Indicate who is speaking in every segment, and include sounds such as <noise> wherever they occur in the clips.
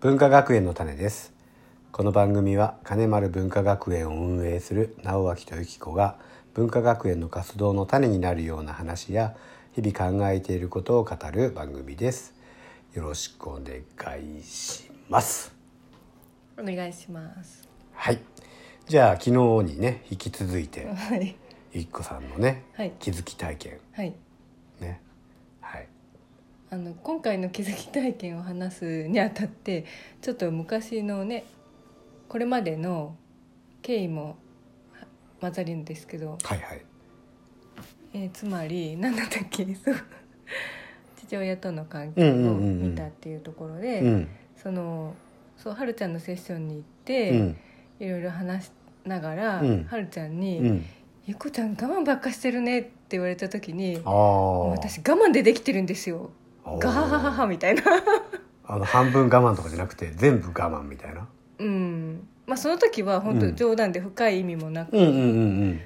Speaker 1: 文化学園の種ですこの番組は金丸文化学園を運営する直脇と由紀子が文化学園の活動の種になるような話や日々考えていることを語る番組ですよろしくお願いします
Speaker 2: お願いします。
Speaker 1: はいじゃあ昨日にね引き続いて
Speaker 2: はい。
Speaker 1: ゆきこさんのね、
Speaker 2: はい
Speaker 1: 気づき体験
Speaker 2: はい。
Speaker 1: ねはい
Speaker 2: あの今回の気づき体験を話すにあたって、ちょっと昔のね、これまでの経緯もは混ざるんですけど、
Speaker 1: はいはい
Speaker 2: えーつまり何だったっけ、そう父親との関
Speaker 1: う
Speaker 2: 係を
Speaker 1: んうんうんうん
Speaker 2: 見たっていうところで、
Speaker 1: うん
Speaker 2: そのそうはるちゃんのセッションに行って、
Speaker 1: うん
Speaker 2: いろいろ話しながら、
Speaker 1: うん
Speaker 2: はるちゃんに、
Speaker 1: うん
Speaker 2: ゆっこちゃん我慢ばっかしてるねって言われた時に。
Speaker 1: ああ
Speaker 2: 私我慢でできてるんですよガハハハハみたいな
Speaker 1: あの半分我慢とかじゃなくて全部我慢みたいな
Speaker 2: うんまあその時は本
Speaker 1: う
Speaker 2: 当
Speaker 1: ん
Speaker 2: 冗談で深い意味もなく、
Speaker 1: うんうんうん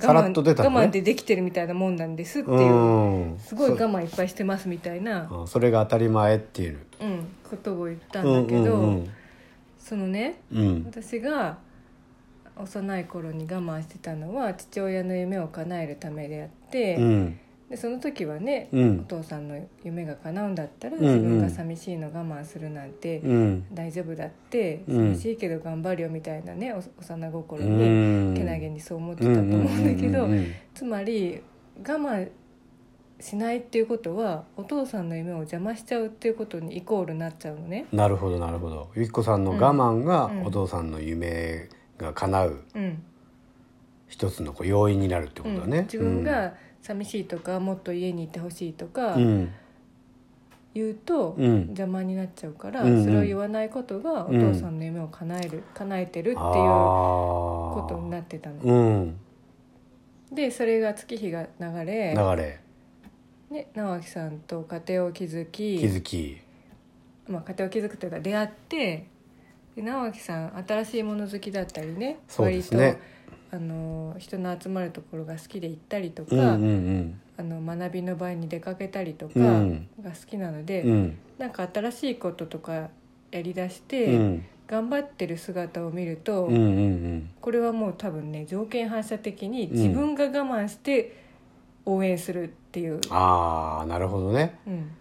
Speaker 1: さら
Speaker 2: 我
Speaker 1: っ
Speaker 2: 慢
Speaker 1: と出たのね
Speaker 2: 我慢でできてるみたいなもんなんですって
Speaker 1: う
Speaker 2: いう、
Speaker 1: んうん
Speaker 2: すごい我慢いっぱいしてますみたいな、
Speaker 1: そうんそれが当たり前っていう
Speaker 2: うん、ことを言った
Speaker 1: だ
Speaker 2: んだけど、
Speaker 1: うん
Speaker 2: そのね
Speaker 1: うんうん
Speaker 2: 私が幼い頃に我慢してたのは父親の夢を叶えるためであって、
Speaker 1: うん
Speaker 2: でその時はね、
Speaker 1: うんう
Speaker 2: お
Speaker 1: ん
Speaker 2: 父さんの夢が叶うんだったら
Speaker 1: うんうん
Speaker 2: 自分が寂しいの我慢するなんて、
Speaker 1: うん
Speaker 2: 大丈夫だって
Speaker 1: うん
Speaker 2: 寂しいけど頑張るよみたいなね、お幼心
Speaker 1: う
Speaker 2: に
Speaker 1: ん
Speaker 2: けなげにそう思ってたと思うんだけど
Speaker 1: うんうんうん
Speaker 2: つまり我慢しないっていうことはお父さんの夢を邪魔しちゃうっていうことにイコールになっちゃうのね。
Speaker 1: なるほどなるほどゆきこさんの我慢が
Speaker 2: うん
Speaker 1: お父さんの夢が叶う
Speaker 2: うん
Speaker 1: 一つのこう要因になるってこ
Speaker 2: う
Speaker 1: とだ
Speaker 2: ん
Speaker 1: ね、
Speaker 2: 自分が寂しいとかもっと家にいてほしいとか
Speaker 1: うん
Speaker 2: 言うと
Speaker 1: うん
Speaker 2: 邪魔になっちゃうから、
Speaker 1: うんうん
Speaker 2: それを言わないことがお
Speaker 1: うん
Speaker 2: 父さんの夢を叶える叶えてるっていうこ
Speaker 1: こと
Speaker 2: になってたの。
Speaker 1: うん
Speaker 2: でそれが月日が流れ、
Speaker 1: 流れ
Speaker 2: ね、直樹さんと家庭を築き
Speaker 1: 気づき
Speaker 2: まあ、家庭を築くというか出会ってで直樹さん新しいもの好きだったりね
Speaker 1: そうですね
Speaker 2: 割とあの人の集まるところが好きで行ったりとか、
Speaker 1: うんうん
Speaker 2: あの学びの場合に出かけたりとか
Speaker 1: う
Speaker 2: が
Speaker 1: ん
Speaker 2: 好きなので、
Speaker 1: うんうん
Speaker 2: なんか新しいこととかやりだし
Speaker 1: う
Speaker 2: て、
Speaker 1: ん
Speaker 2: 頑張ってる姿を見ると、
Speaker 1: うんうん
Speaker 2: これはもう多分ね条件反射的に
Speaker 1: ん
Speaker 2: 自分が我慢して応援するっていう、
Speaker 1: ああなるほどね
Speaker 2: うん、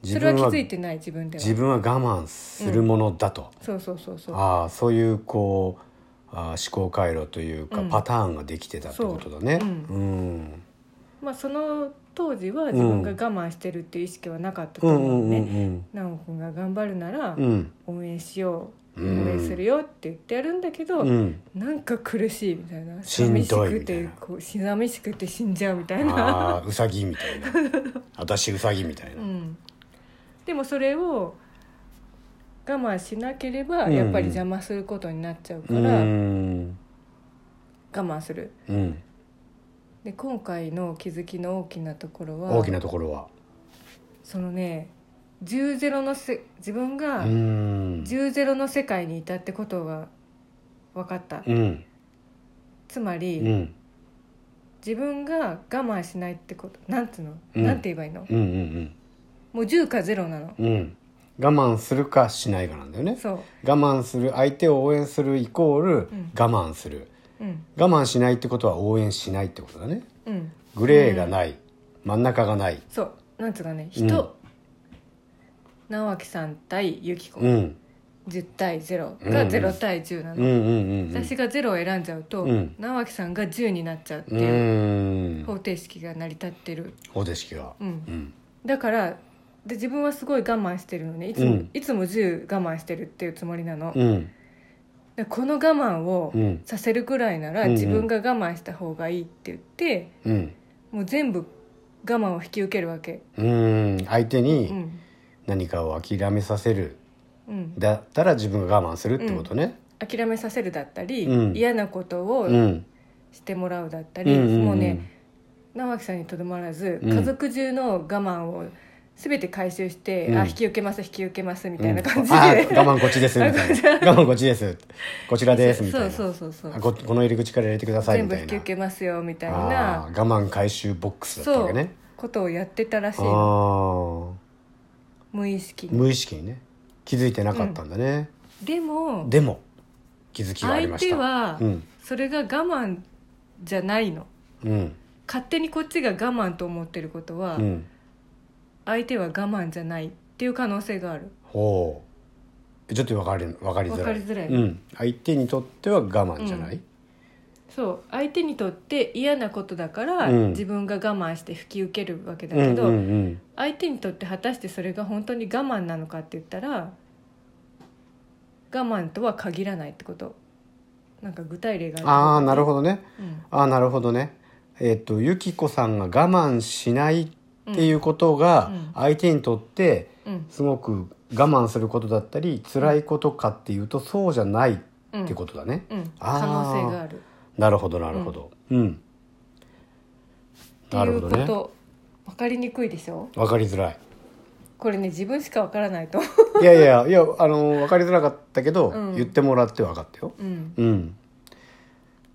Speaker 1: 自
Speaker 2: それは
Speaker 1: 分
Speaker 2: 気
Speaker 1: は
Speaker 2: づいてない自分では
Speaker 1: 自分は我慢するものだと、
Speaker 2: そうそうそうそう
Speaker 1: ああそういうこうあー思考回路というか、
Speaker 2: うん
Speaker 1: パターンができてたってことだね
Speaker 2: そう
Speaker 1: う
Speaker 2: うんまあ、その当時は自分が我慢してるっていう意識はなかったと
Speaker 1: うんう
Speaker 2: 思
Speaker 1: ん
Speaker 2: う
Speaker 1: う
Speaker 2: ね
Speaker 1: ん
Speaker 2: 奈く君が頑張るなら
Speaker 1: うんうん
Speaker 2: 応援しよう、
Speaker 1: うん
Speaker 2: 応援するよって言ってやるんだけど、
Speaker 1: うん
Speaker 2: なんか苦しいみたいな
Speaker 1: しん
Speaker 2: 寂し
Speaker 1: どい
Speaker 2: く
Speaker 1: みたい
Speaker 2: て
Speaker 1: な
Speaker 2: こう寂しくて死んじゃうみたいな、
Speaker 1: ああうさぎみた
Speaker 2: <laughs>
Speaker 1: いな私うさぎみたいうな、
Speaker 2: ん、でもそれを我慢しなければ
Speaker 1: うん
Speaker 2: やっぱり邪魔することになっちゃうか
Speaker 1: う
Speaker 2: ら我
Speaker 1: ん
Speaker 2: 慢する
Speaker 1: うん
Speaker 2: で今回の気づきの大きなところは
Speaker 1: 大きなところは
Speaker 2: そのね10ゼロのせ自分が、
Speaker 1: うん
Speaker 2: 10ゼロの世界にいたってことが分かった、
Speaker 1: うん
Speaker 2: つまり、
Speaker 1: うん
Speaker 2: 自分が我慢しないってことなんつうの、
Speaker 1: うん
Speaker 2: なんて言えばいいの
Speaker 1: うんうん
Speaker 2: もう10か0なの
Speaker 1: うんうん我慢するかしないかなんだよね
Speaker 2: そ
Speaker 1: 我慢する相手を応援するイコール我
Speaker 2: ん
Speaker 1: 慢する、
Speaker 2: ううん
Speaker 1: 我慢しないってことは応援しないってことだね
Speaker 2: うん
Speaker 1: グレーがない、真ん中がない
Speaker 2: そうなんつうかね
Speaker 1: うん
Speaker 2: 人、直樹さん対ユキコ、
Speaker 1: うん
Speaker 2: 10対0
Speaker 1: う
Speaker 2: が
Speaker 1: ん
Speaker 2: 0対10な
Speaker 1: う
Speaker 2: の、
Speaker 1: んうんうんうん
Speaker 2: 私が0を選んじゃうと、
Speaker 1: うん
Speaker 2: 直樹さんが10になっちゃうって
Speaker 1: う
Speaker 2: いう
Speaker 1: ー
Speaker 2: 方
Speaker 1: ん
Speaker 2: 程式が成り立ってる、
Speaker 1: 方程式が
Speaker 2: うん
Speaker 1: うん
Speaker 2: だからで自分はすごい我慢してるのねいつも,、
Speaker 1: うん
Speaker 2: いつも10我慢してるっていうつもりなの、
Speaker 1: うん
Speaker 2: でこの我慢を
Speaker 1: うん
Speaker 2: させるくらいなら
Speaker 1: うんうん
Speaker 2: 自分が我慢した方がいいって言って、
Speaker 1: うん
Speaker 2: もう全部我慢を引き受けるわけ
Speaker 1: うーん相手
Speaker 2: う
Speaker 1: に
Speaker 2: ん、
Speaker 1: 何かを諦めさせる
Speaker 2: うん、
Speaker 1: だったら自分が我慢するってことね
Speaker 2: 諦めさせるだったり、
Speaker 1: うん
Speaker 2: 嫌なこと
Speaker 1: う
Speaker 2: を
Speaker 1: ん
Speaker 2: してもらうだった
Speaker 1: う
Speaker 2: り、
Speaker 1: んうん
Speaker 2: もうね直樹さんにとどまらず、
Speaker 1: うん
Speaker 2: 家族中の我慢を全て回収して、
Speaker 1: うん
Speaker 2: あ引き受けます引き受けますみたいな感じ
Speaker 1: うんあー
Speaker 2: で、
Speaker 1: 我慢こっちですみたい
Speaker 2: <laughs>
Speaker 1: な我慢こっちですこちらですみたいな
Speaker 2: そうそうそうそ
Speaker 1: あ
Speaker 2: う
Speaker 1: ここの入り口から入れてください
Speaker 2: 全
Speaker 1: み
Speaker 2: 部
Speaker 1: たい
Speaker 2: 引
Speaker 1: な
Speaker 2: き受けますよみたい
Speaker 1: あ
Speaker 2: な
Speaker 1: ー我慢回収ボックスだった
Speaker 2: そ
Speaker 1: わ
Speaker 2: う、
Speaker 1: けね
Speaker 2: ことをやってたらしい
Speaker 1: あ
Speaker 2: の
Speaker 1: ー
Speaker 2: 無意識に
Speaker 1: 無意識にね気づいてなかったんだね、
Speaker 2: でも
Speaker 1: でも気づきがあり
Speaker 2: 相
Speaker 1: ました
Speaker 2: 手は
Speaker 1: うん
Speaker 2: それが我慢じゃないの
Speaker 1: うん
Speaker 2: 勝手にこっちが我慢と思ってることは
Speaker 1: うん
Speaker 2: 相手は我慢じゃないっていう可能性がある
Speaker 1: ほうちょっと分かり分かりづらい
Speaker 2: わかりづらい
Speaker 1: うん、相手にとっては我慢じゃない、
Speaker 2: そう相手にとって嫌なことだから
Speaker 1: うん
Speaker 2: 自分が我慢して吹き受けるわけだ
Speaker 1: うん、
Speaker 2: け
Speaker 1: うんう
Speaker 2: ど
Speaker 1: ん
Speaker 2: 相手にとって果たしてそれが本当に我慢なのかって言ったら我慢とは限らないってことなんか具体例が
Speaker 1: ああなる
Speaker 2: ほ
Speaker 1: ほどね
Speaker 2: ど、うん
Speaker 1: ああなるほどねえっとゆきこさんが我慢しないっていうことが
Speaker 2: うんうん
Speaker 1: 相手にとって
Speaker 2: うん
Speaker 1: すごく我慢することだったり辛いことかっていうとそうじゃないっ
Speaker 2: うん、
Speaker 1: てことだね、
Speaker 2: うん、
Speaker 1: あー
Speaker 2: 可能性があるっ
Speaker 1: なるほどなるほどうん、
Speaker 2: て
Speaker 1: ないるほ
Speaker 2: う
Speaker 1: ど
Speaker 2: こ
Speaker 1: ね
Speaker 2: と、分かりにくいでしょ
Speaker 1: 分かりづらい <laughs>
Speaker 2: これね自分しか分からないと、
Speaker 1: いやいやいやあの分かりづらかったけど、
Speaker 2: うん
Speaker 1: 言ってもらって分かったよ
Speaker 2: うん、
Speaker 1: うん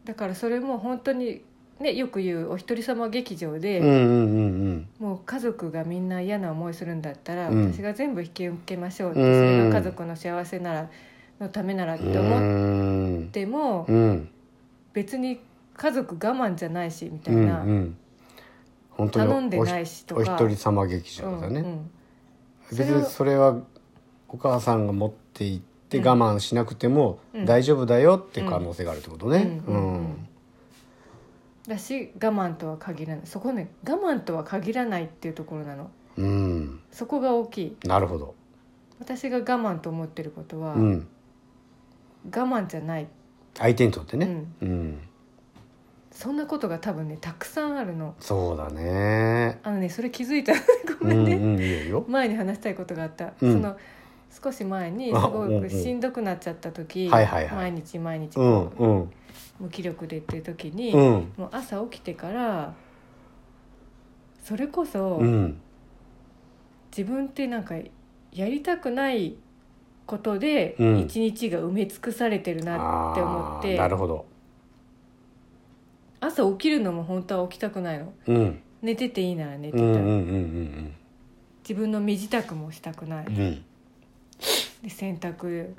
Speaker 2: だからそれも本当にねよく言うお一人様劇場で、
Speaker 1: うんうんうん
Speaker 2: もう家族がみんな嫌な思いするんだったら、
Speaker 1: うん
Speaker 2: 私が全部引き受けましょうって、
Speaker 1: うん
Speaker 2: それが家族の幸せならのためならっ
Speaker 1: うん
Speaker 2: て思っ
Speaker 1: うん
Speaker 2: ても、
Speaker 1: うん
Speaker 2: 別に家族我慢じゃないしみた
Speaker 1: う
Speaker 2: い
Speaker 1: ん
Speaker 2: な、
Speaker 1: うん本当に
Speaker 2: 頼んでないしと
Speaker 1: お
Speaker 2: か
Speaker 1: ひお一人様劇
Speaker 2: う
Speaker 1: 場
Speaker 2: ん
Speaker 1: だね、
Speaker 2: うんそ
Speaker 1: 別
Speaker 2: れを
Speaker 1: にそれはお母さんが持って行って我慢しなくても
Speaker 2: うん
Speaker 1: 大丈夫だよって可能性があるってことね。
Speaker 2: う
Speaker 1: うんん
Speaker 2: だし我慢とは限らないそこね我慢とは限らないっていうところなの
Speaker 1: うん
Speaker 2: そこが大きい
Speaker 1: なるほど。
Speaker 2: 私が我慢と思ってることは、
Speaker 1: う
Speaker 2: 我
Speaker 1: ん、
Speaker 2: 慢じゃない、
Speaker 1: 相手にとって
Speaker 2: う
Speaker 1: ね、
Speaker 2: ん
Speaker 1: うん
Speaker 2: そんなことが多分ねたくさんあるの
Speaker 1: そうだね。
Speaker 2: あのねそれ気づいたご
Speaker 1: う
Speaker 2: めん
Speaker 1: ん
Speaker 2: ね、
Speaker 1: うんいいよいいよ。
Speaker 2: 前に話したいことがあった、
Speaker 1: うん
Speaker 2: その少し前にす
Speaker 1: あ
Speaker 2: ご
Speaker 1: うんう
Speaker 2: く
Speaker 1: ん
Speaker 2: しんどくなっちゃった時、
Speaker 1: はいはいはい
Speaker 2: 毎日毎日
Speaker 1: うん
Speaker 2: こう
Speaker 1: うん
Speaker 2: 無気力でっていう時に、
Speaker 1: うん
Speaker 2: もう朝起きてからそれこそ
Speaker 1: うん
Speaker 2: 自分ってなんかやりたくないことで
Speaker 1: うん
Speaker 2: 一日が埋め尽くされてるなって思って、
Speaker 1: あーなるほど。
Speaker 2: 朝起きるのも本当は起きたくないの
Speaker 1: うん
Speaker 2: 寝てていいなら寝て
Speaker 1: う
Speaker 2: たい、
Speaker 1: んうんうん
Speaker 2: 自分の身支度もしたくない
Speaker 1: うんうん
Speaker 2: で洗濯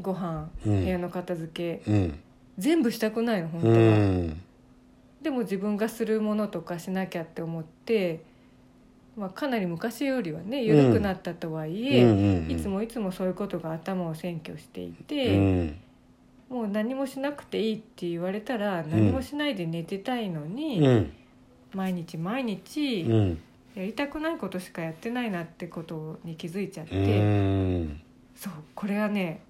Speaker 2: ご飯
Speaker 1: う
Speaker 2: 部
Speaker 1: ん
Speaker 2: 屋の片付け、
Speaker 1: うん
Speaker 2: 全部したくないの本当
Speaker 1: う
Speaker 2: は、
Speaker 1: ん
Speaker 2: でも自分がするものとかしなきゃって思って、まあ、かなり昔よりはね緩くなったとはいえ、
Speaker 1: うん
Speaker 2: いつもいつもそういうことが頭を占拠していうて、
Speaker 1: ん
Speaker 2: もう何もしなくていいって言われたら何もしないで寝てたいのに、
Speaker 1: うん
Speaker 2: 毎日毎日
Speaker 1: うん
Speaker 2: やりたくないことしかやってないなってことに気づいちゃって、
Speaker 1: うん
Speaker 2: そうこれはね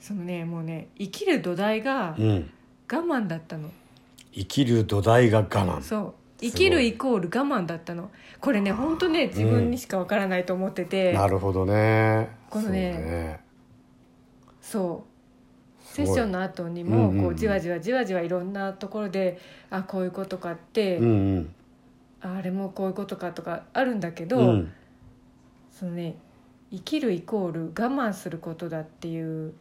Speaker 2: そのねもうね生きる土台が我
Speaker 1: うん
Speaker 2: 慢だったの。
Speaker 1: 生きる土台が我慢。
Speaker 2: そう
Speaker 1: すごい
Speaker 2: 生きるイコール我慢だったのこれね本当ね自分にしかわからないと思ってて、
Speaker 1: なるほどね。
Speaker 2: このね
Speaker 1: そう
Speaker 2: そう
Speaker 1: す
Speaker 2: セ
Speaker 1: ごい
Speaker 2: ッションの後にも
Speaker 1: うんうんうん
Speaker 2: こうじわじわじわじわいろんなところであこういうことかって、
Speaker 1: うんうん。
Speaker 2: ああれもこういうことかとかあるんだけど、
Speaker 1: うん
Speaker 2: そのね生きるイコール我慢することだっていう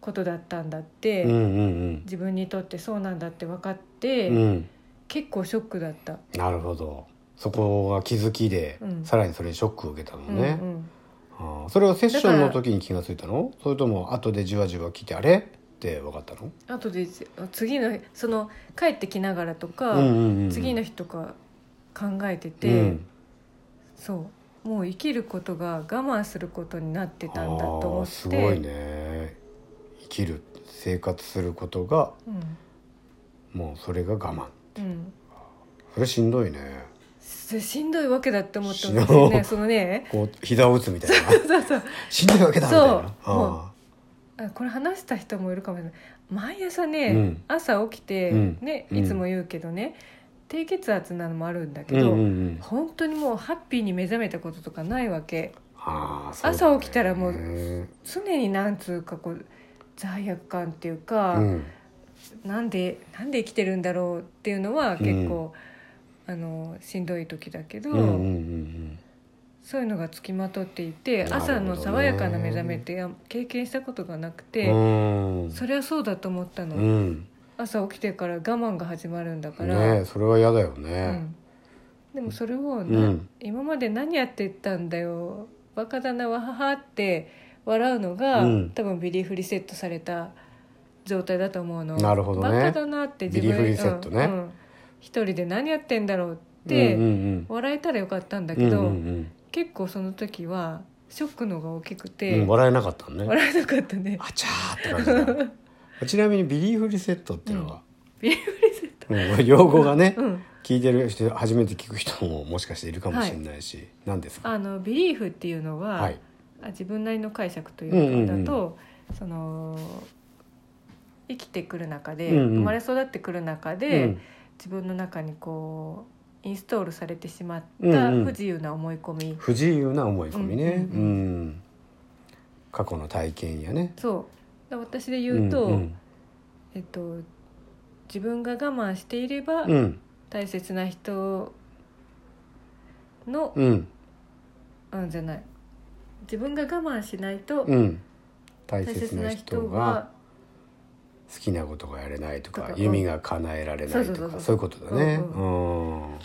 Speaker 2: ことだったんだって、
Speaker 1: うんうん
Speaker 2: 自分にとってそうなんだって分かっ
Speaker 1: う
Speaker 2: て、
Speaker 1: ん。うん。
Speaker 2: 結構ショックだった。
Speaker 1: なるほど。そこが気づきで、
Speaker 2: うん
Speaker 1: さらにそれにショックを受けたのね
Speaker 2: う、んうん
Speaker 1: あーそれをセッションの時に気がついたのそれとも後でじわじわ聞いてあれって分かったの
Speaker 2: あとで次のその帰ってきながらとか、
Speaker 1: うんうんうん、
Speaker 2: 次の
Speaker 1: 日
Speaker 2: 日とか考えてて、
Speaker 1: うん、
Speaker 2: そうもう生きることが我慢することになってたんだと思
Speaker 1: あ
Speaker 2: っ
Speaker 1: ー
Speaker 2: て
Speaker 1: すごいね生きる生活することが
Speaker 2: うん
Speaker 1: もうそれが我慢
Speaker 2: うん、
Speaker 1: それしんどいね
Speaker 2: そしんどいわけだって思った
Speaker 1: し
Speaker 2: ん
Speaker 1: ん
Speaker 2: で
Speaker 1: どい
Speaker 2: ねそのね
Speaker 1: こう膝を打つみたいな
Speaker 2: <laughs> そうそう
Speaker 1: しんどいわけだみたいな
Speaker 2: そう
Speaker 1: あ
Speaker 2: あこれ話した人もいるかもしれない毎朝ね、
Speaker 1: うん
Speaker 2: 朝起きて、
Speaker 1: うん
Speaker 2: ね
Speaker 1: うん
Speaker 2: いつも言うけどね、低血圧なのもあるんだ
Speaker 1: ー
Speaker 2: けど、
Speaker 1: うんうんうん
Speaker 2: 本当にもうハッピーに目覚めたこととかないわけ
Speaker 1: あー
Speaker 2: 朝起きたらもう
Speaker 1: うん
Speaker 2: 常になんつうかこう罪悪感っていうか、
Speaker 1: うん
Speaker 2: なんでなんで生きてるんだろうっていうのは結構、あのしんどい時だけど、
Speaker 1: うんうんうん
Speaker 2: そういうのがつきまとっていて、
Speaker 1: なるほどね
Speaker 2: 朝の爽やかな目覚めってあ経験したことがなく
Speaker 1: う
Speaker 2: て、
Speaker 1: んうん
Speaker 2: それはそうだと思ったの、
Speaker 1: うん
Speaker 2: 朝起きてから我慢が始まるんだから、
Speaker 1: ねえそれは嫌だよ
Speaker 2: う
Speaker 1: ね
Speaker 2: ん、でもそれ
Speaker 1: う
Speaker 2: をな、
Speaker 1: ん
Speaker 2: 今まで何やってたんだよバカだなわははって笑うのが、
Speaker 1: うん
Speaker 2: 多分ビリーフリセットされた状態だと思うの
Speaker 1: なるほどね
Speaker 2: バカだなって自
Speaker 1: ビ
Speaker 2: 分
Speaker 1: リーフリセットね
Speaker 2: うんうん一人で何やってんだろうっ
Speaker 1: うん
Speaker 2: て、
Speaker 1: うん
Speaker 2: 笑えたらよかったんだ
Speaker 1: うん
Speaker 2: けど、
Speaker 1: うんうん
Speaker 2: 結構その時はショックの方が大きく
Speaker 1: うん
Speaker 2: て、
Speaker 1: うん笑えなかったのね
Speaker 2: 笑えなかったね
Speaker 1: あちゃーって感じ
Speaker 2: <laughs>
Speaker 1: だちなみにビリーフリセットっていうのは、
Speaker 2: ビリーフリセット
Speaker 1: うん用語がね、
Speaker 2: うん
Speaker 1: 聞いてる人初めて聞く人ももしかしているかもしれないし、何ですか
Speaker 2: あのビリーフっていうのは、
Speaker 1: はい
Speaker 2: あ自分なりの解釈というかだと、
Speaker 1: うん
Speaker 2: その生きてくる中で、
Speaker 1: うんうん
Speaker 2: 生まれ育ってくる中で、
Speaker 1: うん
Speaker 2: 自分の中にこうインストールされてしまっ
Speaker 1: うん
Speaker 2: た
Speaker 1: うん
Speaker 2: 不自由な思い込み、
Speaker 1: 不自由な思い込みね、う
Speaker 2: うんんうんう
Speaker 1: 過去の体験やね
Speaker 2: そうだ私で言うと、
Speaker 1: うん
Speaker 2: えっと、自分が我慢していれば、
Speaker 1: うんうん
Speaker 2: 大切な人の、
Speaker 1: うん
Speaker 2: うん、じゃない自分が我慢しないと、
Speaker 1: うん大
Speaker 2: 大
Speaker 1: 切
Speaker 2: 切
Speaker 1: な
Speaker 2: な
Speaker 1: 人
Speaker 2: 人
Speaker 1: が
Speaker 2: が
Speaker 1: 好きなことがやれないとか
Speaker 2: とか
Speaker 1: 夢が叶えられないとかそ
Speaker 2: そううそうそうそ
Speaker 1: い
Speaker 2: う
Speaker 1: うことだね、う
Speaker 2: うんも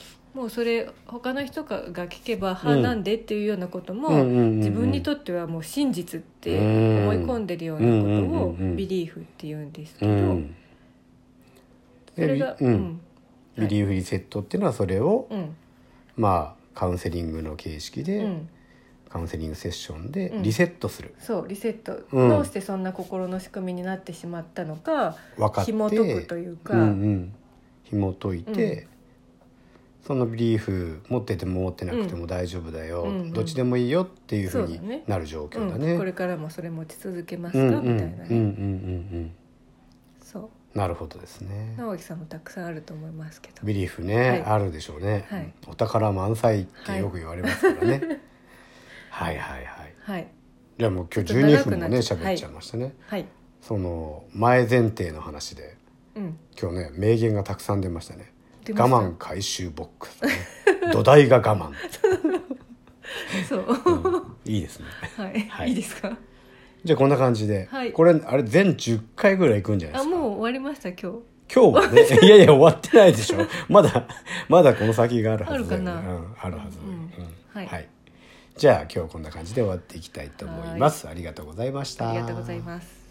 Speaker 2: うそれ他の人が聞けば「
Speaker 1: う
Speaker 2: は
Speaker 1: ん
Speaker 2: なんで?」っていうようなことも、
Speaker 1: うんうんうんうん
Speaker 2: 自分にとってはもう真実って
Speaker 1: うん
Speaker 2: 思い込んでるようなこと
Speaker 1: うん
Speaker 2: を
Speaker 1: うんうんうん
Speaker 2: ビリーフって言うんですけ
Speaker 1: う
Speaker 2: ど、
Speaker 1: ん
Speaker 2: それが、
Speaker 1: で
Speaker 2: う
Speaker 1: うん
Speaker 2: ん
Speaker 1: ビリーフリセットっていうのはそれを、
Speaker 2: うん
Speaker 1: まあカウンセリングの形式で、
Speaker 2: うん、
Speaker 1: カウンセリングセッションで
Speaker 2: うん
Speaker 1: リセットする、
Speaker 2: そうリセット、
Speaker 1: うん
Speaker 2: どうしてそんな心の仕組みになってしまったのか
Speaker 1: 分かって
Speaker 2: 紐解くというか、
Speaker 1: うんうん、紐解いて、そのビリーフ持ってても持ってなくても大丈夫だよ、
Speaker 2: うんうん
Speaker 1: どっちでもいいよっていうふう
Speaker 2: そうだ
Speaker 1: に
Speaker 2: ね
Speaker 1: なる状況だ
Speaker 2: う
Speaker 1: ね。
Speaker 2: んこれからもそれ持ち続けます
Speaker 1: うんうん
Speaker 2: か、みたいなね、
Speaker 1: うんうんうん
Speaker 2: そう
Speaker 1: うんなるほどですね。
Speaker 2: 直樹さんもたくさんあると思いますけど
Speaker 1: ビリーフね、
Speaker 2: はい
Speaker 1: あるでしょうね、
Speaker 2: はい
Speaker 1: お宝満載ってよく言われますからね。はい、はいはいはい
Speaker 2: はい
Speaker 1: じゃあもう今日
Speaker 2: ちょっと長
Speaker 1: 12
Speaker 2: く
Speaker 1: 分もね
Speaker 2: なっちゃう
Speaker 1: 喋っちゃいましたね。
Speaker 2: はい
Speaker 1: その前前提の話で
Speaker 2: うん
Speaker 1: 今日ね名言がたくさん出ましたね。
Speaker 2: 出ま
Speaker 1: 我
Speaker 2: した
Speaker 1: 慢回収ボックス、ね、土台が我慢。
Speaker 2: そう
Speaker 1: うんいいですね
Speaker 2: はい、
Speaker 1: はい
Speaker 2: い、いですか
Speaker 1: じゃあこんな感じで、
Speaker 2: はい
Speaker 1: これあれ全10回ぐらいいくんじゃないで
Speaker 2: あ
Speaker 1: すか
Speaker 2: もう終わりました今日
Speaker 1: 今日は
Speaker 2: <laughs>
Speaker 1: ねいやいや終わってないでしょまだまだこの先があるはずだよね
Speaker 2: あるかな
Speaker 1: うん、あるはずだよ、
Speaker 2: うん
Speaker 1: うん
Speaker 2: はい
Speaker 1: じゃあ今日はこんな感じで終わっていきたいと思いますありがとうございました
Speaker 2: ありがとうございます